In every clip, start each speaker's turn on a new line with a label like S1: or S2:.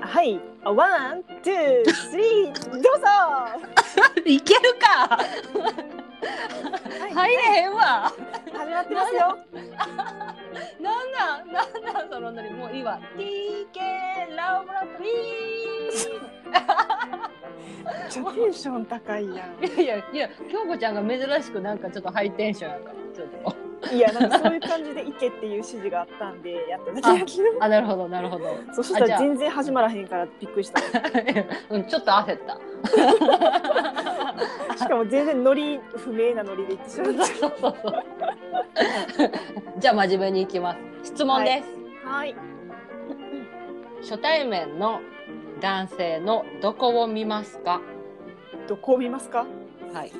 S1: はい、ワン、ツー、スリー、どうぞ。
S2: いけるか
S1: は
S2: 入
S1: い、
S2: れへんわ
S1: 始まってますよ。
S2: なんなんなんなんそのなにもういいわ TK ラブラト
S1: めっ ちゃテンション高いや
S2: リーいやいやいや京子ちゃんが珍しくなんかちょっとハイテンションやからちょっと
S1: ん。いや、なんかそういう感じで行けっていう指示があったんで、やっただけやけ
S2: あなるほどなるほど
S1: ど。 そした
S2: じゃ
S1: ら
S2: あ
S1: 全然始まらへんからびっく りした。
S2: うんちょっと焦 った
S1: しかも全然ノリ不明なノリで行ってしま
S2: そう
S1: った。
S2: そうそうそうじゃあ真面目にいきます質問です、
S1: はい。
S2: 初対面の男性のどこを見ますか
S1: どこを見ますか？
S2: はい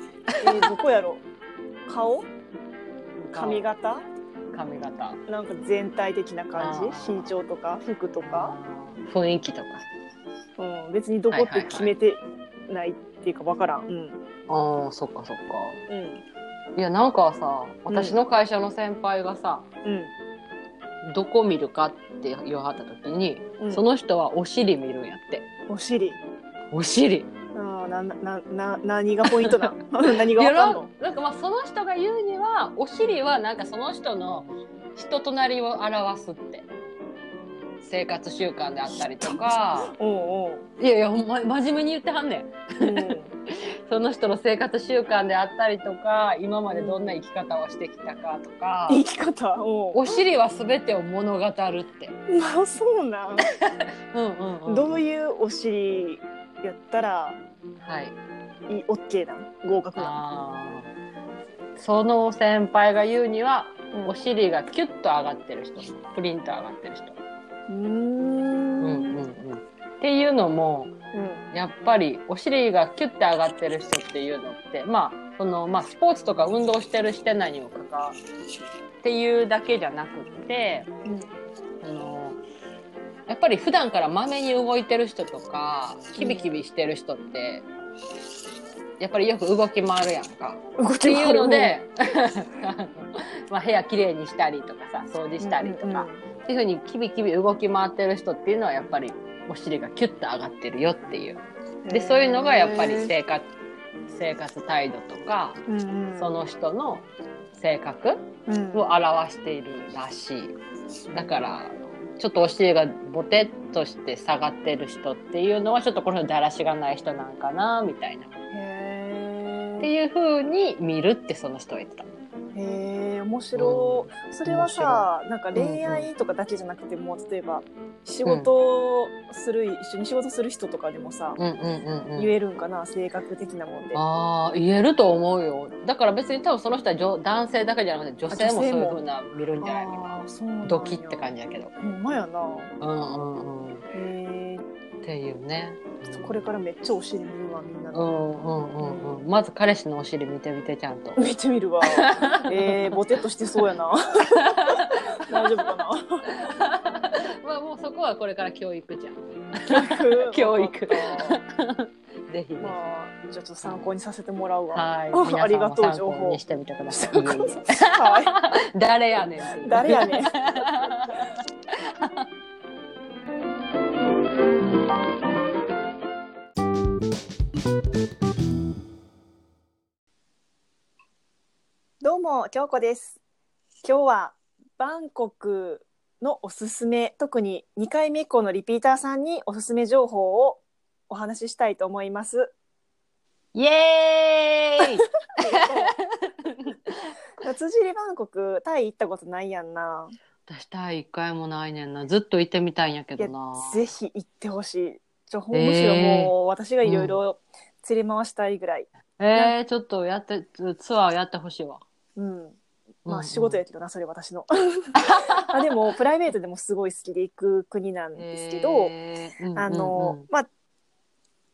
S1: えー、どこやろう。顔、髪型、
S2: 髪型
S1: なんか全体的な感
S2: あ
S1: じ、
S2: ー
S1: 身長とか服とか、
S2: 雰囲気とか
S1: うん、別にどこって決めてないっていうかわからん。うん、
S2: ああそっかそっか
S1: うん、
S2: いやなんかさ私の会社の先輩がさ、
S1: うん。
S2: どこ見るかって言わはった時に、
S1: うん
S2: その人はお尻見るんやって
S1: お尻。
S2: お尻
S1: あーななな何がポイントなの何
S2: い
S1: がわ
S2: や
S1: かん
S2: な
S1: の
S2: なんかまあその人が言うにはお尻はなんかその人の人となりを表すって生活習慣であったりとか
S1: おうおう、
S2: いやいやほんま真面目に言ってはんねん
S1: うん、
S2: その人の生活習慣であったりとか今までどんな生き方をしてきたかとか、
S1: 生き方おう
S2: お尻は全てを物語るって。
S1: まあそうなん
S2: うんうんうん
S1: どういうお尻やったら
S2: はい、
S1: いオッケーなん合格な
S2: あーその先輩が言うには、
S1: うん
S2: お尻がキュッと上がってる人プリンと上がってる人、
S1: うん
S2: うん
S1: うん
S2: うんうん、っていうのもやっぱりお尻がキュッて上がってる人っていうのってまあそのまあ、スポーツとか運動してるしてないにもかかわっていうだけじゃなくってあのやっぱり普段からまめに動いてる人とかキビキビしてる人って、やっぱりよく動き回るやんか。
S1: うん動
S2: って
S1: き
S2: いう
S1: 回る
S2: の でまあ部屋きれいにしたりとかさ掃除したり
S1: う
S2: とか、
S1: んうん
S2: っていうふうにキビキビ動き回ってる人っていうのはやっぱりお尻がキュッと上がってるよっていう
S1: うん
S2: でそういうのがやっぱり生活生活態度とか
S1: うんうん
S2: その人の性格
S1: うん
S2: を表しているらしいだからちょっとお尻がボテッとして下がってる人っていうのはちょっとこの人だらしがない人なんかなみたいなっ
S1: へ
S2: て
S1: え
S2: いう風に見るってその人は言ってた。
S1: へえ面白いそれはさなんか恋愛とかだけじゃなくてもう例えば仕事する一緒に仕事する人とかでもさ
S2: うんうんうんうん
S1: 言えるんかな性格的なもんで。
S2: あー言えると思うよだから別に多分その人は女男性だけじゃなくて女性もそういう風な見るんじゃないか
S1: あーそうなん
S2: な
S1: や
S2: ドキって感じやけど
S1: ほんまやな
S2: うんうんうんっ
S1: え
S2: ていうね
S1: ー、これからめっちゃお尻見るわみんな
S2: う
S1: の、
S2: んうんうんうんまず彼氏のお尻見てみてちゃんと
S1: めっちゃ見る わえー、ボテっとしてそうやな大丈夫かな
S2: まあもうそこはこれから教育じゃん。 教
S1: 教
S2: 育ぜひ
S1: ま
S2: ね。
S1: あじゃあちょっと参考にさせてもらうわ
S2: はい。
S1: あ
S2: 皆さんも
S1: ありがとう
S2: 参考
S1: 情報
S2: にしてみてください。
S1: は
S2: 誰やねんってい。
S1: いう誰やねんどうも京子です今日はバンコクのおすすめ特に2回目以降のリピーターさんにおすすめ情報をお話ししたいと思います。
S2: イエーイ。
S1: 辻りバンコクタイ行ったことないやんな。
S2: 私タイ一回もないねんな。ずっと行ってみたいんやけどな。
S1: ぜひ行ってほしい。ちょほん
S2: えー
S1: むしろもう私がいろいろ連れ回したいぐらい。
S2: えー、ちょっとやってツアーやってほしいわ。
S1: うん。
S2: うん
S1: ま
S2: うん
S1: あ仕事やけどな、それ私 の。あでもプライベートでもすごい好きで行く国なんですけど、
S2: えーうんうんうん
S1: あの、まあ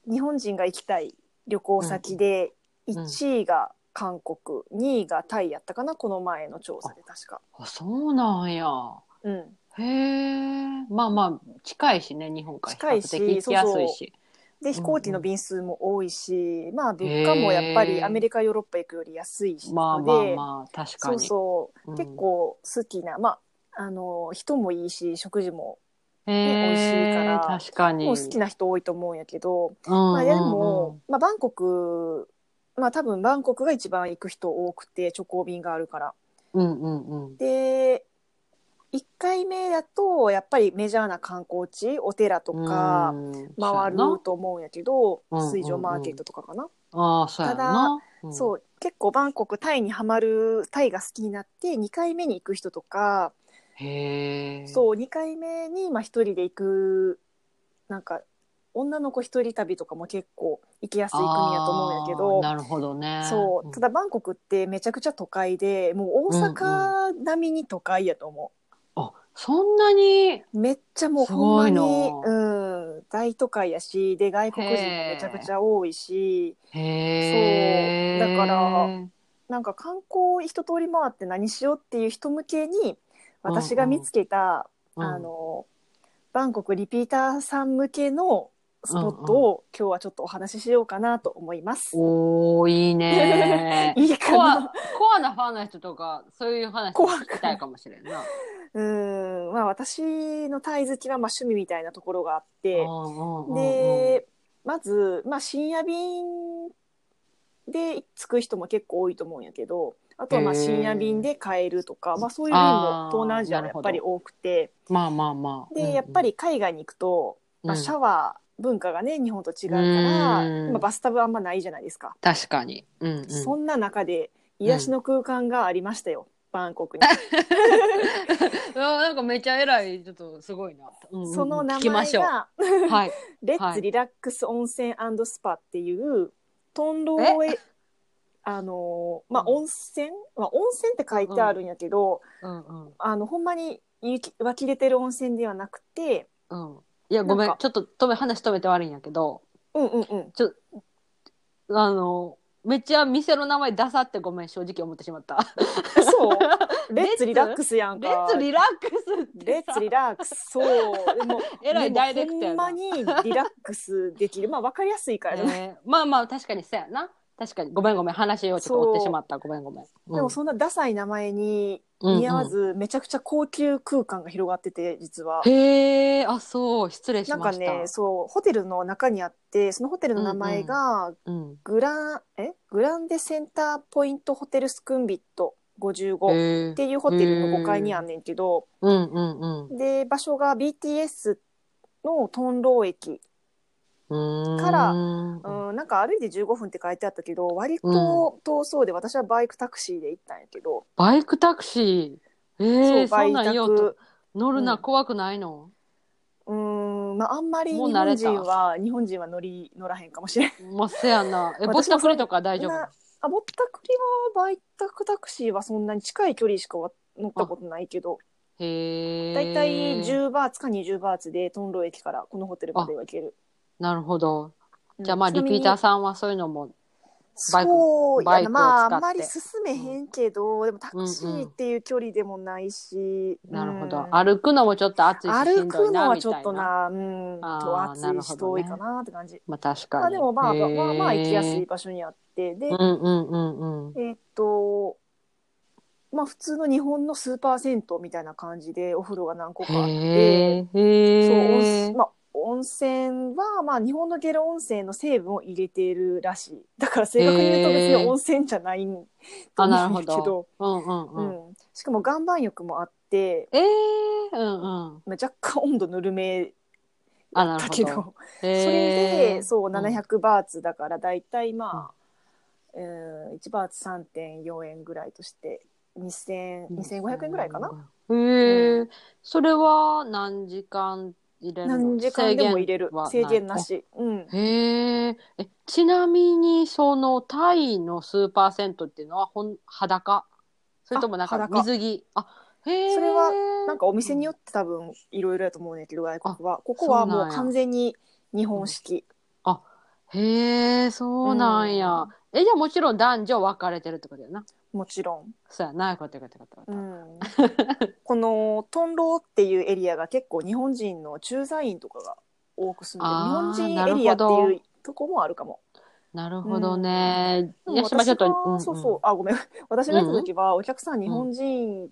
S1: 日本人が行きたい旅行先で
S2: んうん
S1: 1位が韓国、2位がタイやったかなこの前の調査で確か。
S2: あそうなんや。
S1: うん、
S2: へえ。まあまあ近いしね日本から
S1: 近いし
S2: 比較的行きやすいし。
S1: で飛行機の便数も多いし、まあ物価もやっぱ
S2: へ
S1: り
S2: ー
S1: アメリカヨーロッパ行くより安いし
S2: まあ
S1: の
S2: まあ
S1: で、
S2: まあ確か
S1: そう
S2: に。
S1: そう
S2: うん
S1: 結構好きな、まああの人もいいし食事も美味しいから
S2: へー確かに。
S1: もう好きな人多いと思うんやけど、
S2: うん
S1: まあ、
S2: うん
S1: でも、まあ、バンコクまあ多分バンコクが一番行く人多くて直行便があるから。
S2: うんうんうん。
S1: で1回目だとやっぱりメジャーな観光地お寺とか
S2: うん
S1: 回る
S2: そうやな
S1: と思うんやけど、
S2: うんうんうん
S1: 水上マーケットとかかな、
S2: ああ、そうやな。うん
S1: そう結構バンコクタイにはまるタイが好きになって2回目に行く人とか、
S2: へえ。
S1: そう2回目にまあ1人で行くなんか女の子一人旅とかも結構行きやすい国やと思うんやけ
S2: あ
S1: ど
S2: ーなるほどね。
S1: そうただバンコクってめちゃくちゃ都会でもう大阪並みに都会やと思
S2: あ、そんなに。
S1: う、めっちゃもうほんますに
S2: ごいな
S1: うん、大都会やしで外国人もめちゃくちゃ多いし
S2: へえ。
S1: そうだからなんか観光一通り回って何しようっていう人向けに私が見つけた、
S2: うん
S1: あ、のバンコクリピーターさん向けのスポットを今日はちょっとお話ししようかなと思います。。
S2: おー、いいね
S1: いいか
S2: コ
S1: な
S2: ア、コアなファンの人とか、そういう話
S1: 怖く
S2: 聞きたいかもしれんな。
S1: うんまあ私のタイ好きはまあ趣味みたいなところがあって
S2: で、
S1: でまず、まあ、深夜便で着く人も結構多いと思うんやけどあとはまあ
S2: へー
S1: 深夜便で買えるとか、まあ、そういう便も
S2: あー
S1: 東南アジアはやっぱり多くて
S2: まあまあまあ。
S1: でやっぱ
S2: り、
S1: り海外に行くと、まあ、
S2: うん
S1: シャワー文化がね日本と違うから、
S2: うん
S1: まあ、バスタブあんまないじゃないですか。
S2: 確かに。うんうん。
S1: そんな中で癒しの空間がありましたよ、バンコクに。
S2: うわなんかめっちゃ偉い、ちょっとすごいな。うんうんうん
S1: その名
S2: 聞きま
S1: 前
S2: しょう。
S1: が
S2: はい。
S1: レッ
S2: は
S1: ツ
S2: い
S1: リラックス温泉スパっていう、トンローへ、あのーまあ、
S2: うん
S1: 温泉、まあ、温泉って書いてあるんやけど、
S2: うんうん
S1: あの、ほんまにゆき湧き出てる温泉ではなくて、
S2: うん。いや、ごめん
S1: なんか。
S2: ちょっと止め、話止めて悪いんやけど、
S1: うん うんうん。
S2: ちょ、あの、めっちゃ店の名前ダサってごめん、正直思ってしまった。
S1: そう。レ
S2: レッツ
S1: ッツリラックスやんか。
S2: レッツリラックスって
S1: レッツリラックス。そう。でも、
S2: えらいダイレクト
S1: で
S2: や
S1: もほ
S2: な。
S1: んまにリラックスできる。まあ、わかりやすいからね。
S2: えーまあまあ確かにそうやな確かにごめんごめん話をちょっと追ってしまったごめんごめん、うん
S1: でも、そんなダサい名前に
S2: うんうん
S1: 似合わず、めちゃくちゃ高級空間が広がってて、実は。
S2: へえあそう失礼し
S1: なん
S2: ま
S1: か
S2: した
S1: ね、そう、ホテルの中にあって、そのホテルの名前が、
S2: うん、
S1: グラン、えグランデセンターポイントホテルスクンビット55っ
S2: へえ
S1: ていうホテルの5階にあんねんけど、
S2: うんうんうん
S1: で、場所が BTS のトンロー駅、
S2: うーん
S1: から
S2: うん
S1: うん、なんか歩いて15分って書いてあったけど、割と遠そうで、私はバイクタクシーで行ったんやけど、
S2: バイクタクシーえ
S1: そ
S2: え
S1: う、
S2: そ
S1: バ
S2: ん
S1: イ
S2: なん
S1: タ
S2: よと
S1: ク。
S2: 乗る
S1: う
S2: なん怖くないの、
S1: うん、まあ、あんまり
S2: もう
S1: 日
S2: 慣れ
S1: 本
S2: た
S1: 人は、日本人は乗り、乗らへんかもしれん。
S2: まあせやなえ
S1: 私も
S2: ぼったくりとか大丈夫
S1: なあぼったくりはバイタクタクシーはそんなに近い距離しかわ乗ったことないけど
S2: へえ
S1: だいたい10バーツか20バーツでトンロ駅からこのホテルまでは行ける
S2: なるほどじゃあまあ
S1: うんちな
S2: リ
S1: み
S2: ピ
S1: に
S2: ーターさんはそういうのもバイク
S1: そう
S2: バイ
S1: いや
S2: ク
S1: ま
S2: を使
S1: あ
S2: って
S1: あんまり進めへんけど、でもタクシ
S2: うんう
S1: ー
S2: ん
S1: っていう距離でもないし、
S2: なるほ
S1: う
S2: ど
S1: ん
S2: 歩くのもちょっと暑いしし
S1: 歩
S2: んどい
S1: く
S2: な
S1: のは
S2: み
S1: ちょ
S2: た
S1: っ
S2: い
S1: と
S2: な
S1: なうん
S2: あー
S1: と暑
S2: なる
S1: い
S2: ほ
S1: し
S2: ど
S1: 遠
S2: ね
S1: いかなって感じ、
S2: まあ確かに。
S1: まあでもまあ、
S2: へー
S1: まあまあ行きやすい。場所にあってで、
S2: うんうんうんうん。
S1: えーっとまあ普通の日本のスーパー銭湯みたいな感じでお風呂が何個かあって
S2: へえ。へ
S1: そう温
S2: え
S1: 泉。まあ、温泉は、まあ、日本のゲロ温泉の成分を入れているらしいだから正確に言うと別に温泉じゃないんと
S2: あ
S1: 思
S2: な
S1: う
S2: る
S1: んだ
S2: ほ
S1: けど
S2: どうんうんうん。
S1: うん、しかも岩盤浴もあって、
S2: ええうんうん。
S1: まあ、若干温度ぬるめ
S2: あなる
S1: だ
S2: ほ
S1: けど
S2: ど。そ
S1: それでそう。700バーツだからだいたいまあ、うん、1バーツ3.4円ぐらいとして2000 2500円ぐらいかな。
S2: へえ。それは何時間入れるの？
S1: 何時間でも入れる
S2: は
S1: 制限な。し、うん、
S2: あへーえ。ちなみにそのタイのスーパー銭湯っていうのはほん裸それともなん
S1: あ
S2: か
S1: 裸
S2: 水着あへえ
S1: それはなんかお店によって多分いろいろやと思うんやけど外国はここは
S2: そう
S1: も
S2: なん
S1: う
S2: や
S1: 完全に日本式、
S2: へえ、そうなんや。
S1: うん
S2: え、じゃあもちろん男女分かれてるってことやな。
S1: もちろん、
S2: そうやな、よかったよかったよかった
S1: う
S2: よかっ
S1: ん、このトンローっていうエリアが結構日本人の駐在員とかが多く住んで
S2: あー
S1: る日本人エリアって
S2: なる
S1: いう
S2: ほ
S1: とこもあるかも。
S2: た。なるほどね。
S1: でも
S2: いや、しま
S1: 私
S2: ちょ
S1: が
S2: っと、んん
S1: そうそうあごめん私が行った時はお客さん日本人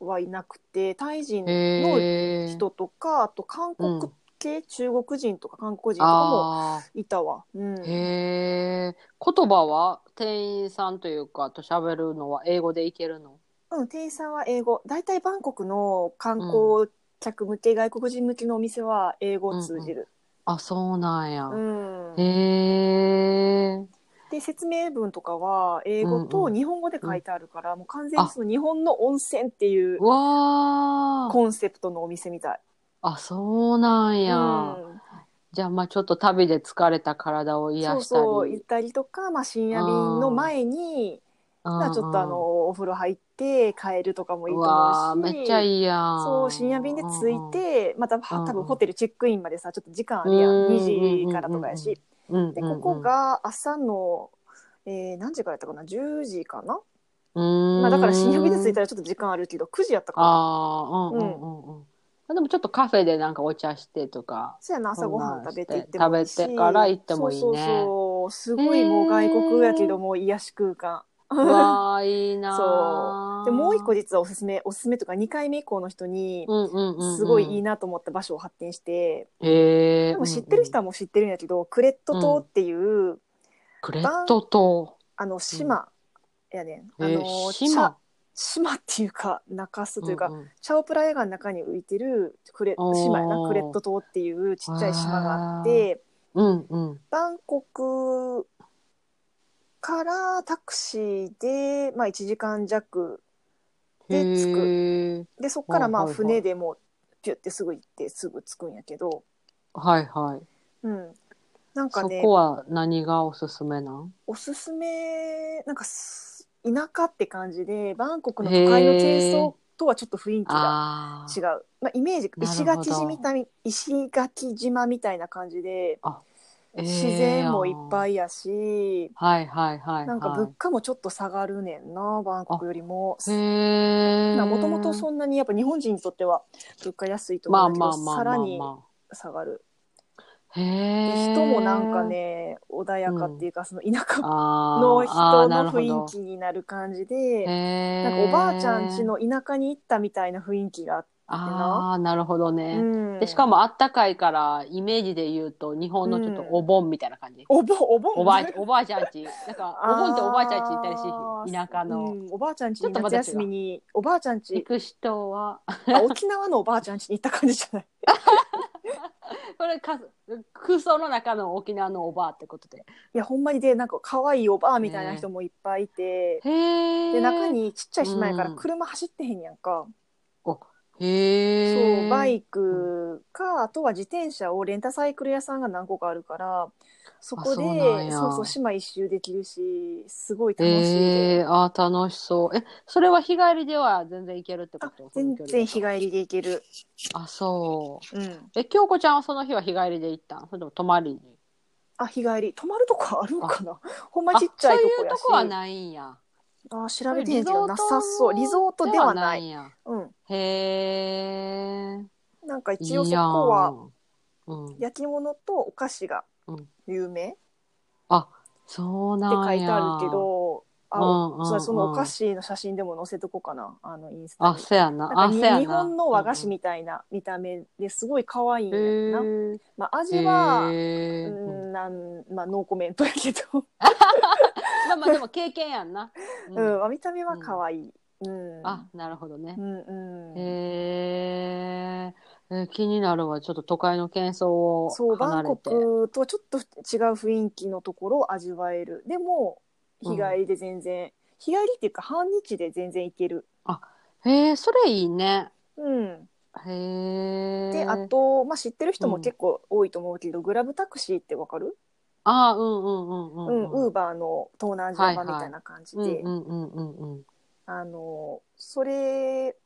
S1: はいなくてタイ人の
S2: へえ。
S1: 人とかあと韓国系、中国人とか韓国人とかも
S2: あ
S1: いたわ。うん
S2: あ。へえ。言葉は店員さんというかと喋るのは英語でいけるの
S1: うん、店員さんは英語大体バンコクの観光客向け、外国人向けのお店は英語を通じる、
S2: あ、そうなんや
S1: う。ん
S2: へえ。
S1: で説明文とかは英語
S2: うんう
S1: と
S2: ん
S1: 日本語で書いてあるから、もう完全にその日本の温泉っていう
S2: わあ。
S1: コンセプトのお店みたい。
S2: あ、そうなんや。
S1: うん
S2: じゃあまあちょっと旅で疲れた体を
S1: そ
S2: 癒
S1: う
S2: したり。
S1: そう行ったりとか、まあ、深夜便の前に
S2: うん
S1: まあちょっとあのお風呂入って帰るとかもいいうと
S2: わ
S1: 思う
S2: あ
S1: し
S2: めっちゃいいやん。
S1: そう深夜便で着いてまたは多
S2: うんう
S1: 分
S2: ん
S1: ホテルチェックインまでさちょっと時間あるやん
S2: うん
S1: 2時からとかやし
S2: うんうんうん、
S1: でここが朝の、えー何時からやったかな10時かな、
S2: うんうん、
S1: まあ、だから深夜便で着いた
S2: ら。
S1: らちょっと時間あるけど9時やったかな
S2: ああ、うんうんうんうん。でもちょっとカフェでなんかお茶して とか。
S1: そうやな朝ごはん食べて行って
S2: そん
S1: も
S2: ないん
S1: い
S2: し
S1: して
S2: 食べてから行ってもいいね
S1: そうそうそうすごいもう外国やけどもう癒し空間
S2: うわあいいな
S1: そうでもう一個
S2: で、
S1: 実はおすすめおすすめとか2回目以降の人に
S2: うんうんうんうん、
S1: すごいいいなと思った場所を発展して、
S2: へえ。
S1: でも知ってる人は
S2: は、
S1: もう知ってるんやけど、クレット島っていう、
S2: クレットと、
S1: あの島やねん、
S2: え
S1: あ
S2: ー
S1: の
S2: 島
S1: 茶島っていうか中洲というか、
S2: んん
S1: チャオプラヤ川の中に浮いてるクレ
S2: おー
S1: 島やなクレット島っていうちっちゃい島があって
S2: うんうん。
S1: バンコクからタクシーで、まあ、1時間弱で着く
S2: へえ。
S1: でそっからま
S2: は
S1: あ
S2: いはいはい
S1: 船でもうピュッてすぐ行ってすぐ着くんやけど、
S2: はいはい。
S1: うん、なんか
S2: そ
S1: ね
S2: こは何がおすすめなん
S1: おすすめなんかす田舎って感じでバンコクの都会の
S2: へ
S1: 喧
S2: ー
S1: 騒とはちょっと雰囲気が
S2: あ
S1: 違
S2: あ。
S1: うまあ、イメージ
S2: なるほ
S1: 石
S2: ど
S1: 垣島みたい石垣島みたいな感じで
S2: ええ
S1: 自然もいっぱ
S2: い。
S1: いやし、
S2: はいはいはい、はい。
S1: なんか物価もちょっと下がるねんなバンコクよりも。
S2: へえ。
S1: もともとそんなにやっぱ日本人にとっては物価安いと思
S2: ま
S1: う
S2: あ
S1: んだけ
S2: ま
S1: ど、
S2: あまあまあ、ま
S1: さ
S2: あ、
S1: らに下がる
S2: へ
S1: で
S2: え。
S1: 人もなんかね穏やかっていうか、その田舎
S2: あー、
S1: の
S2: あー
S1: 人の雰囲。気になる感じで
S2: な
S1: なんかおばあちゃん家の田舎に行ったみたいな雰囲気があって
S2: ああー、なるほどね。で、しか
S1: も
S2: もあったかいから、イメージで言うと、日本のちょっとお盆みたいな感じ。
S1: おぼお盆
S2: おばあおばあちゃん家。なん か、お盆っておばあちゃん家行ったり
S1: あー
S2: し、田舎の。
S1: うん、おばあちゃん家
S2: ちょ
S1: に
S2: っとま
S1: 夏
S2: た
S1: 休
S2: 違う
S1: みにおばあちゃん
S2: 行
S1: 家
S2: く人は、
S1: あ沖縄のおばあちゃん家に行った感じじゃない
S2: これか空想の中の沖縄のおばあってことで。
S1: いやほんまにでなんか可愛いおばあみたいな人もいっぱいいて、
S2: へえ。
S1: で中。にちっちゃい島やから
S2: うん
S1: 車走ってへんやんか、
S2: へえ。
S1: そうバイクかあとは自転車をレンタサイクル屋さんが何個かあるからそこで
S2: あそうなんや
S1: そうそう島一周できるしすごい楽しいで、
S2: ええー、あー楽しそう。え、それは日帰りでは全然行けるってこ
S1: あ
S2: と
S1: 全然日
S2: り。
S1: 帰りで行ける、
S2: あ、そう。
S1: うん、
S2: え、京子ちゃんはその日は日帰りで行ったんそれとも泊まりに。
S1: あ日帰り泊まるとこあるんかなほんま
S2: あ、
S1: ちっちゃいと
S2: そ
S1: こ
S2: ういう
S1: や
S2: と
S1: し
S2: こはないんや。
S1: あー調べてんけどなさそうリゾート
S2: の
S1: ではない
S2: んや。
S1: うん
S2: へえ。
S1: なんか
S2: い
S1: 一応
S2: い
S1: そ
S2: やん
S1: こは。
S2: うん。
S1: 焼き物とお菓子が
S2: うん
S1: 有名って
S2: そ
S1: 書
S2: うなんや。
S1: いてあるけ。どあ
S2: うんうんうん
S1: そうそのお菓子の写真でも載せとこうかなあのインスタ
S2: あ、
S1: に
S2: せやな。
S1: な
S2: あ、
S1: ん
S2: せ
S1: か
S2: や
S1: に
S2: な。
S1: 日本の和菓子
S2: うん
S1: みたいな見た目ですごい可愛いんやんな、
S2: へえ。
S1: まあ、味は、
S2: へ
S1: う
S2: ーうん
S1: んなんまあ、ノーコメントやけど、
S2: まあまあでも経験やんな。
S1: う
S2: う
S1: ん
S2: ん
S1: まあ見た目は可愛い、うん、
S2: あなるほどね
S1: う。んうん
S2: へーえー気になるわちょっと都会の喧騒を
S1: そうバ
S2: 離
S1: ン
S2: れ
S1: コ
S2: て。
S1: クとはちょっと違う雰囲気のところを味わえるでも日帰りで全然、日帰りっていうか半日で全然行ける
S2: へえそれいいね。
S1: うん
S2: へえ。
S1: であと、まあ、知ってる人も結構多いと思うけど、グラブタクシーってわかる
S2: あーうん
S1: う
S2: うんうん
S1: ん
S2: うん。
S1: ウーバーの東南アジア版みたいな感じで、
S2: うんうんうんうんうん。
S1: あのそれ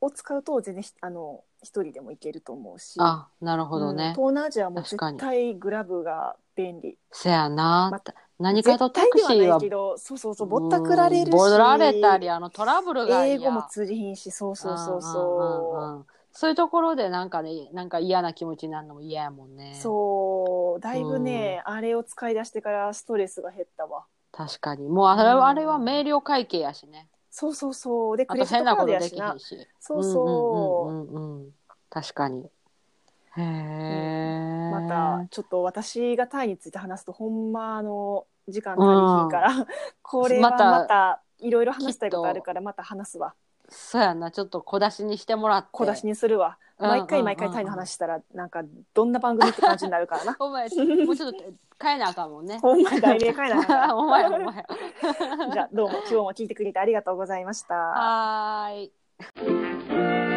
S1: を使うと全然ひあの一人でも行けると思うし
S2: あなるほど
S1: うん
S2: ね。
S1: 東南アジアも
S2: 確
S1: 絶
S2: かに
S1: 対グラブが便利
S2: せやな。
S1: ま
S2: 何かとタクシ
S1: 絶対
S2: ー
S1: では
S2: は
S1: ないけどそうそうそうぼったくられるし
S2: うんぼったくられたりあのトラブルが嫌
S1: 英語も通じひんしそうそうそう
S2: うんうん
S1: そ
S2: うんうんそういうところでなんかねなんか嫌な気持ちになるのも嫌やもん
S1: う
S2: ね。
S1: そうだいぶね、あれを使い出してからストレスが減ったわ
S2: 確かにもうあれ,、
S1: うん
S2: あれは明瞭会計やしね。
S1: そうそうそう。で、
S2: あ
S1: クレ
S2: と
S1: ジット
S2: 変な
S1: カ
S2: こ
S1: ード
S2: と
S1: や
S2: でき
S1: し
S2: ひ
S1: な。
S2: んし。
S1: そうそう。
S2: んうんうんうん確かに。へえ。
S1: またちょっと私がタイについて話すとほんまあの時間足りひんから、 これは
S2: また
S1: またいろいろ話したいことあるからまた話すわ
S2: そうやんな、ちょっと小出しにしてもらって。
S1: 小出しにするわ、
S2: うん
S1: 毎回毎回タイの話したらなんかどんな番組って感じになるから な
S2: お前、もうちょっと変えなあかんも んね。
S1: ほんまに題名変えなあかん
S2: お前、お前。
S1: じゃあどうも今日も聞いてくれてありがとうございました。
S2: はーい。